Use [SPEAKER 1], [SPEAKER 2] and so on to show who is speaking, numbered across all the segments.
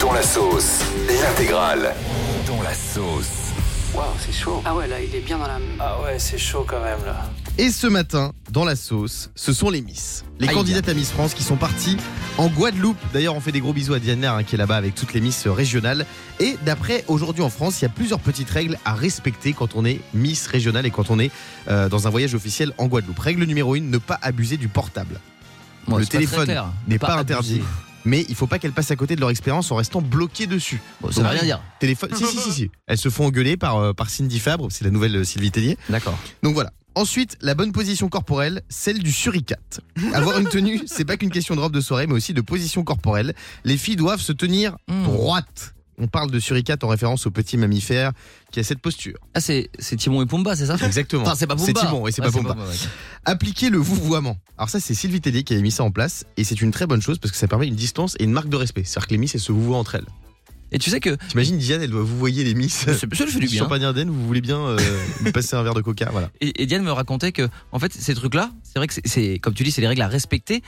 [SPEAKER 1] Dans la sauce, l'intégrale.
[SPEAKER 2] Dans la sauce.
[SPEAKER 3] Waouh, c'est chaud.
[SPEAKER 4] Ah ouais, là, il est bien dans la.
[SPEAKER 3] Ah ouais, c'est chaud quand même là.
[SPEAKER 5] Et ce matin, dans la sauce, ce sont les Miss. Les candidates à Miss France qui sont parties en Guadeloupe. D'ailleurs, on fait des gros bisous à Diana hein, qui est là-bas avec toutes les Miss régionales. Et d'après aujourd'hui en France, il y a plusieurs petites règles à respecter quand on est Miss régionale et quand on est euh, dans un voyage officiel en Guadeloupe. Règle numéro 1, ne pas abuser du portable.
[SPEAKER 6] Bon,
[SPEAKER 5] le
[SPEAKER 6] c'est pas très
[SPEAKER 5] téléphone
[SPEAKER 6] clair.
[SPEAKER 5] n'est
[SPEAKER 6] Ne
[SPEAKER 5] pas, interdit.
[SPEAKER 6] abuser.
[SPEAKER 5] Mais il faut pas qu'elles passent à côté de leur expérience en restant bloquées dessus.
[SPEAKER 6] Bon, ça veut
[SPEAKER 5] Donc,
[SPEAKER 6] rien dire.
[SPEAKER 5] Téléphone. si, si, si, si. Elles se font engueuler par, euh, par Cindy Fabre, c'est la nouvelle euh, Sylvie Tellier.
[SPEAKER 6] D'accord.
[SPEAKER 5] Donc voilà. Ensuite, la bonne position corporelle, celle du suricate. Avoir une tenue, c'est pas qu'une question de robe de soirée, mais aussi de position corporelle. Les filles doivent se tenir
[SPEAKER 6] Hmm.
[SPEAKER 5] droites. On parle de suricate en référence au petit mammifère qui a cette posture.
[SPEAKER 6] Ah, c'est c'est Timon et Pumba, c'est ça
[SPEAKER 5] Exactement.
[SPEAKER 6] Enfin, c'est pas Pumba.
[SPEAKER 5] C'est Timon, oui, c'est
[SPEAKER 6] Ouais,
[SPEAKER 5] pas Pumba.
[SPEAKER 6] ouais.
[SPEAKER 5] Appliquer le vouvoiement. Alors ça, c'est Sylvie Tellier qui a mis ça en place, et c'est une très bonne chose parce que ça permet une distance et une marque de respect. C'est-à-dire que les miss, elles se vouvoient entre elles.
[SPEAKER 6] Et tu sais que.
[SPEAKER 5] T'imagines, Diane, elle doit vouvoyer les miss.
[SPEAKER 6] Ça ça lui fait du bien.
[SPEAKER 5] Champagne Ardenne, vous voulez bien euh, me passer un verre de coca, voilà.
[SPEAKER 6] Et, et Diane me racontait que, en fait, ces trucs-là, c'est vrai que c'est- c'est, comme tu dis, c'est les règles à respecter.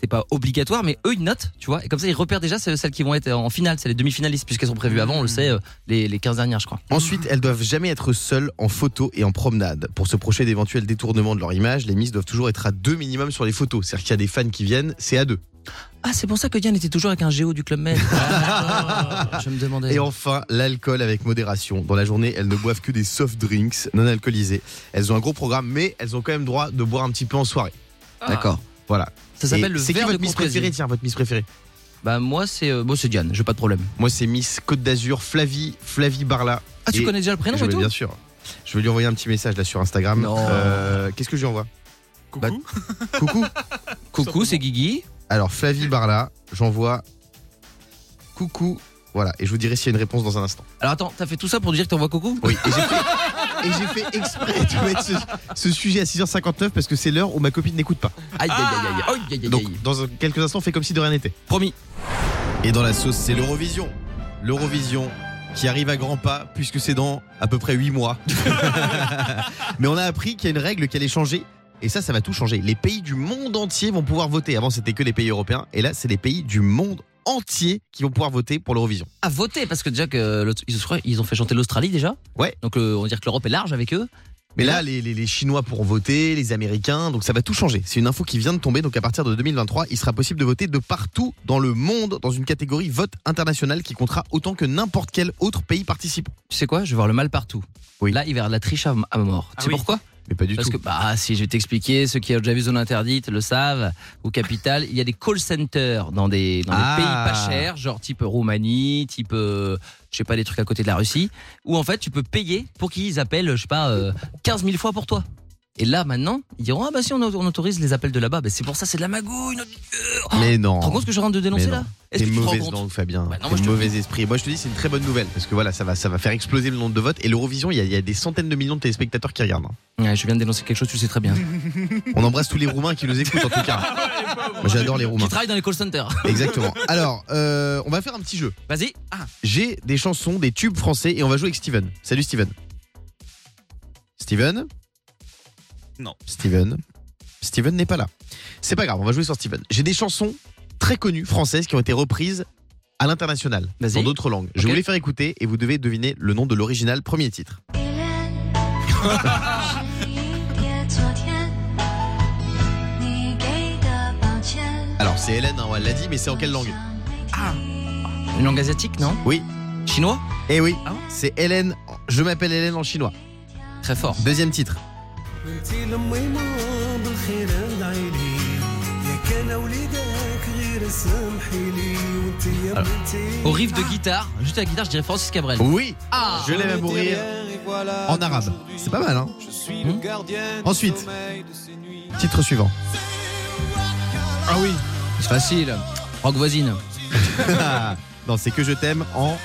[SPEAKER 6] C'est pas obligatoire, mais eux, ils notent, tu vois. Et comme ça, ils repèrent déjà celles celles qui vont être en finale. C'est les demi-finalistes, puisqu'elles sont prévues avant, on le sait, euh, les, les 15 dernières, je crois.
[SPEAKER 5] Ensuite, elles doivent jamais être seules en photo et en promenade. Pour se procher d'éventuels détournements de leur image, les miss doivent toujours être à deux minimum sur les photos. C'est-à-dire qu'il y a des fans qui viennent, c'est à deux.
[SPEAKER 6] Ah, c'est pour ça que Diane était toujours avec un géo du Club Med. Ah, je me demandais.
[SPEAKER 5] Et enfin, l'alcool avec modération. Dans la journée, elles ne boivent que des soft drinks non alcoolisés. Elles ont un gros programme, mais elles ont quand même droit de boire un petit peu en soirée.
[SPEAKER 6] D'accord.
[SPEAKER 5] Voilà.
[SPEAKER 6] Ah. Ça s'appelle
[SPEAKER 5] Et
[SPEAKER 6] le
[SPEAKER 5] C'est qui
[SPEAKER 6] verre de
[SPEAKER 5] votre miss
[SPEAKER 6] courtoisie.
[SPEAKER 5] préférée Tiens, votre miss préférée.
[SPEAKER 6] Bah, moi, c'est, euh, bon, c'est Diane, j'ai pas de problème.
[SPEAKER 5] Moi, c'est Miss Côte d'Azur, Flavie, Flavie Barla.
[SPEAKER 6] Ah, tu
[SPEAKER 5] Et
[SPEAKER 6] connais déjà le prénom
[SPEAKER 5] je
[SPEAKER 6] et
[SPEAKER 5] vais-
[SPEAKER 6] tout
[SPEAKER 5] Bien sûr. Je vais lui envoyer un petit message là sur Instagram.
[SPEAKER 6] Non.
[SPEAKER 5] Euh, Qu'est-ce que je lui envoie
[SPEAKER 6] Bah,
[SPEAKER 5] Coucou.
[SPEAKER 6] Coucou, c'est Guigui.
[SPEAKER 5] Alors Flavie Barla, j'envoie coucou. Voilà, et je vous dirai s'il y a une réponse dans un instant.
[SPEAKER 6] Alors attends, t'as fait tout ça pour dire que t'envoies coucou
[SPEAKER 5] Oui, et j'ai fait, et j'ai fait exprès de mettre ce, ce sujet à 6h59 parce que c'est l'heure où ma copine n'écoute pas.
[SPEAKER 6] Aïe, aïe, aïe, aïe, aïe, aïe, aïe,
[SPEAKER 5] Donc,
[SPEAKER 6] aïe.
[SPEAKER 5] dans un- quelques instants, on fait comme si de rien n'était.
[SPEAKER 6] Promis.
[SPEAKER 5] Et dans la sauce, c'est l'Eurovision. L'Eurovision qui arrive à grands pas puisque c'est dans à peu près 8 mois. Mais on a appris qu'il y a une règle qui allait changer. Et ça, ça va tout changer. Les pays du monde entier vont pouvoir voter. Avant, c'était que les pays européens. Et là, c'est les pays du monde entier qui vont pouvoir voter pour l'Eurovision.
[SPEAKER 6] à voter parce que déjà que l'autre- ils, je crois, ils ont fait chanter l'Australie déjà.
[SPEAKER 5] Ouais.
[SPEAKER 6] Donc euh, on va dire que l'Europe est large avec eux.
[SPEAKER 5] Mais là, les, les- les Chinois pourront voter, les Américains. Donc, ça va tout changer. C'est une info qui vient de tomber. Donc, à partir de 2023, il sera possible de voter de partout dans le monde dans une catégorie vote international qui comptera autant que n'importe quel autre pays participant.
[SPEAKER 6] Tu sais quoi Je vais voir le mal partout.
[SPEAKER 5] Oui.
[SPEAKER 6] Là, il va y avoir de la triche à, à mort.
[SPEAKER 3] Ah
[SPEAKER 6] tu sais
[SPEAKER 3] oui.
[SPEAKER 6] pourquoi
[SPEAKER 5] Mais pas du
[SPEAKER 6] Parce
[SPEAKER 5] tout.
[SPEAKER 6] que, bah, si je vais t'expliquer, ceux qui ont déjà vu Zone Interdite le savent, au Capital, il y a des call centers dans des, dans des
[SPEAKER 5] Ah.
[SPEAKER 6] pays pas chers, genre type Roumanie, type, euh, je sais pas, des trucs à côté de la Russie, où en fait tu peux payer pour qu'ils appellent, je sais pas, euh, 15 000 fois pour toi. Et là, maintenant, ils diront, ah bah si, on, auto- on autorise les appels de là-bas, Bah, c'est pour ça, c'est de la magouille. notre- Oh,
[SPEAKER 5] Mais non.
[SPEAKER 6] Tu te rends compte ce que je rentre de dénoncer
[SPEAKER 5] Mais non.
[SPEAKER 6] là Est-ce
[SPEAKER 5] T'es
[SPEAKER 6] que tu te rends
[SPEAKER 5] mauvaise
[SPEAKER 6] compte
[SPEAKER 5] langue, Fabien.
[SPEAKER 6] Bah non, moi,
[SPEAKER 5] T'es
[SPEAKER 6] je te le
[SPEAKER 5] mauvais esprit. Moi, je te dis, c'est une très bonne nouvelle parce que voilà, ça va, ça va faire exploser le nombre de votes. Et l'Eurovision, il y, a- il y a des centaines de millions de téléspectateurs qui regardent. hein.
[SPEAKER 6] Ouais, je viens de dénoncer quelque chose, tu le sais très bien.
[SPEAKER 5] On embrasse tous les Roumains qui nous écoutent en tout cas. Moi, j'adore les
[SPEAKER 6] Qui
[SPEAKER 5] Roumains.
[SPEAKER 6] travaille dans les call centers.
[SPEAKER 5] Exactement. Alors, euh, on va faire un petit jeu.
[SPEAKER 6] Vas-y. Ah,
[SPEAKER 5] J'ai des chansons, des tubes français et on va jouer avec Steven. Salut Steven. Steven
[SPEAKER 3] Non.
[SPEAKER 5] Steven. Steven n'est pas là. C'est pas grave, on va jouer sur Steven. J'ai des chansons très connues françaises qui ont été reprises à l'international,
[SPEAKER 6] Vas-y.
[SPEAKER 5] dans d'autres langues. Je
[SPEAKER 6] Ok.
[SPEAKER 5] vous les faire écouter et vous devez deviner le nom de l'original premier titre. Alors c'est Hélène, hein, elle l'a dit, mais c'est en quelle langue
[SPEAKER 6] une langue asiatique, non
[SPEAKER 5] Oui.
[SPEAKER 6] Chinois
[SPEAKER 5] Eh oui,
[SPEAKER 6] Ah bon
[SPEAKER 5] c'est Hélène, je m'appelle Hélène en chinois.
[SPEAKER 6] Très fort.
[SPEAKER 5] Deuxième titre.
[SPEAKER 6] Au riff de guitare, juste à la guitare, je dirais Francis Cabrel.
[SPEAKER 5] Oui,
[SPEAKER 6] Ah
[SPEAKER 5] je l'aime à mourir en arabe. C'est pas mal, hein
[SPEAKER 6] Hmm.
[SPEAKER 5] Ensuite, titre suivant.
[SPEAKER 6] Ah oui C'est facile. Rock voisine.
[SPEAKER 5] non, c'est que je t'aime en,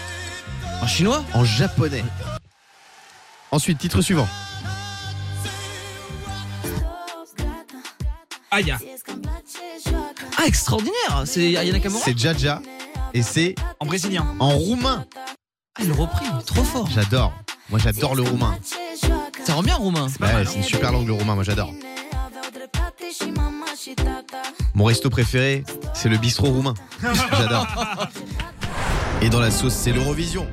[SPEAKER 6] En chinois
[SPEAKER 5] en japonais. Ensuite, titre suivant.
[SPEAKER 6] Aya. Ah, extraordinaire C'est Ayana Nakamura
[SPEAKER 5] C'est Jaja et c'est
[SPEAKER 3] En brésilien.
[SPEAKER 5] en roumain.
[SPEAKER 6] Ah, il repris, trop fort.
[SPEAKER 5] J'adore. Moi, j'adore le roumain.
[SPEAKER 6] Ça rend bien roumain.
[SPEAKER 5] Ouais, c'est une super langue le roumain, moi j'adore. Mon resto préféré, c'est le bistrot roumain. J'adore. Et dans la sauce, c'est l'Eurovision.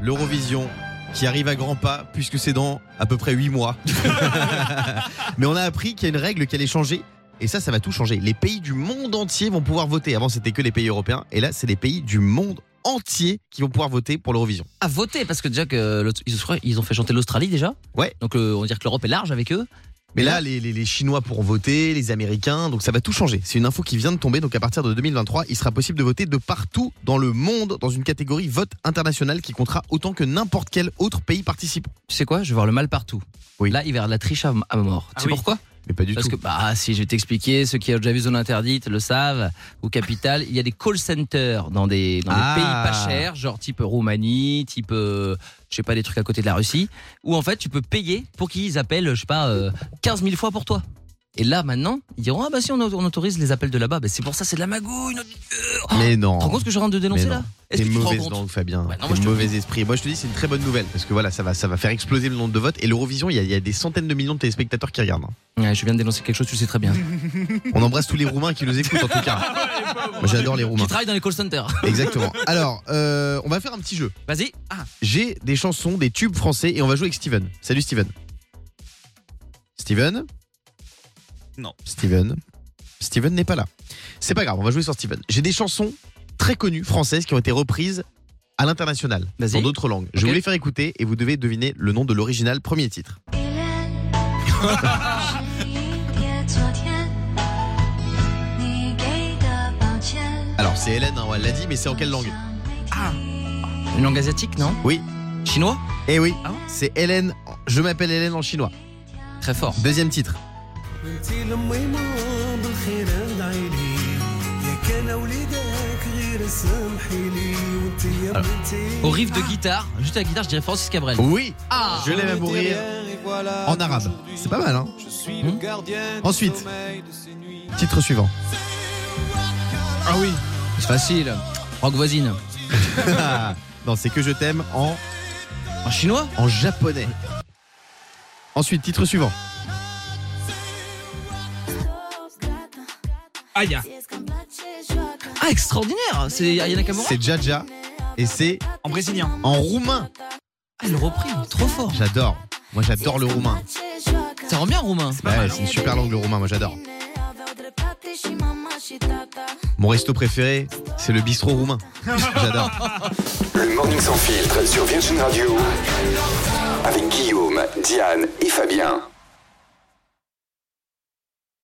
[SPEAKER 5] L'Eurovision qui arrive à grands pas puisque c'est dans à peu près 8 mois. Mais on a appris qu'il y a une règle qui allait changer. Et ça, ça va tout changer. Les pays du monde entier vont pouvoir voter. Avant, c'était que les pays européens. Et là, c'est les pays du monde entier qui vont pouvoir voter pour l'Eurovision.
[SPEAKER 6] à voter parce que déjà que l'autre- ils, je crois, ils ont fait chanter l'Australie déjà.
[SPEAKER 5] Ouais.
[SPEAKER 6] Donc euh, on va dire que l'Europe est large avec eux.
[SPEAKER 5] Mais là, les, les- les Chinois pourront voter, les Américains, donc ça va tout changer. C'est une info qui vient de tomber, donc à partir de 2023, il sera possible de voter de partout dans le monde dans une catégorie vote international qui comptera autant que n'importe quel autre pays participant.
[SPEAKER 6] Tu sais quoi Je vais voir le mal partout.
[SPEAKER 5] Oui.
[SPEAKER 6] Là, il va y avoir de la triche à, à mort.
[SPEAKER 3] Ah
[SPEAKER 6] tu sais
[SPEAKER 3] oui.
[SPEAKER 6] pourquoi
[SPEAKER 5] Mais pas du
[SPEAKER 6] Parce
[SPEAKER 5] tout.
[SPEAKER 6] que bah si je vais t'expliquer, ceux qui ont déjà vu zone interdite le savent. Ou capital, il y a des call centers dans des dans des
[SPEAKER 5] Ah.
[SPEAKER 6] pays pas chers, genre type Roumanie, type euh, je sais pas des trucs à côté de la Russie, où en fait tu peux payer pour qu'ils appellent je sais pas euh, 15 000 fois pour toi. Et là maintenant, ils diront ah bah si on, on autorise les appels de là-bas, Bah, c'est pour ça c'est de la magouille. notre-
[SPEAKER 5] Mais non.
[SPEAKER 6] Tu te rends compte ce que je rentre de dénoncer
[SPEAKER 5] Mais non.
[SPEAKER 6] là Est-ce
[SPEAKER 5] T'es
[SPEAKER 6] que tu te rends
[SPEAKER 5] mauvaise
[SPEAKER 6] compte
[SPEAKER 5] langue, Fabien.
[SPEAKER 6] Ouais, non, moi,
[SPEAKER 5] T'es
[SPEAKER 6] je te le
[SPEAKER 5] mauvais esprit. Moi, je te dis, c'est une très bonne nouvelle parce que voilà, ça va, ça va faire exploser le nombre de votes et l'Eurovision. Il y, a- il y a des centaines de millions de téléspectateurs qui regardent. hein.
[SPEAKER 6] Ouais, Je viens de dénoncer quelque chose, tu le sais très bien.
[SPEAKER 5] Mmh. On embrasse tous les Roumains qui nous écoutent en tout cas. Moi, J'adore les
[SPEAKER 6] Qui
[SPEAKER 5] Roumains.
[SPEAKER 6] travaille dans les call centers.
[SPEAKER 5] Exactement. Alors, euh, on va faire un petit jeu.
[SPEAKER 6] Vas-y. Ah,
[SPEAKER 5] J'ai des chansons, des tubes français et on va jouer avec Steven. Salut Steven. Steven
[SPEAKER 3] Non.
[SPEAKER 5] Steven. Steven n'est pas là. C'est pas grave, on va jouer sur Steven. J'ai des chansons très connues françaises qui ont été reprises à l'international,
[SPEAKER 6] Vas-y.
[SPEAKER 5] dans d'autres langues. Je
[SPEAKER 6] Ok.
[SPEAKER 5] vous les faire écouter et vous devez deviner le nom de l'original premier titre. Alors c'est Hélène, hein, elle l'a dit, mais c'est en quelle langue
[SPEAKER 6] une langue asiatique, non
[SPEAKER 5] Oui.
[SPEAKER 6] Chinois
[SPEAKER 5] Eh oui,
[SPEAKER 6] Ah bon
[SPEAKER 5] c'est Hélène, je m'appelle Hélène en chinois.
[SPEAKER 6] Très fort.
[SPEAKER 5] Deuxième titre.
[SPEAKER 6] Au riff de guitare, juste à la guitare, je dirais Francis Cabrel.
[SPEAKER 5] Oui,
[SPEAKER 6] Ah
[SPEAKER 5] je l'aime à mourir en arabe. C'est pas mal, hein
[SPEAKER 6] Hmm.
[SPEAKER 5] Ensuite, titre suivant.
[SPEAKER 6] Ah oui C'est facile. Rock voisine.
[SPEAKER 5] non, c'est que je t'aime en,
[SPEAKER 6] En chinois
[SPEAKER 5] en japonais. Ensuite, titre suivant.
[SPEAKER 3] Aïe.
[SPEAKER 6] Ah, extraordinaire C'est Ayana Kamura
[SPEAKER 5] C'est Jaja et c'est
[SPEAKER 3] En brésilien.
[SPEAKER 5] en roumain.
[SPEAKER 6] Ah, le repris, trop fort.
[SPEAKER 5] J'adore. Moi, j'adore le roumain.
[SPEAKER 6] Ça rend bien roumain.
[SPEAKER 5] Ouais, c'est une super langue le roumain, moi j'adore. Mon resto préféré, c'est le bistrot roumain. J'adore.
[SPEAKER 1] Le Morning Sans Filtre sur Virgin Radio avec Guillaume, Diane et Fabien.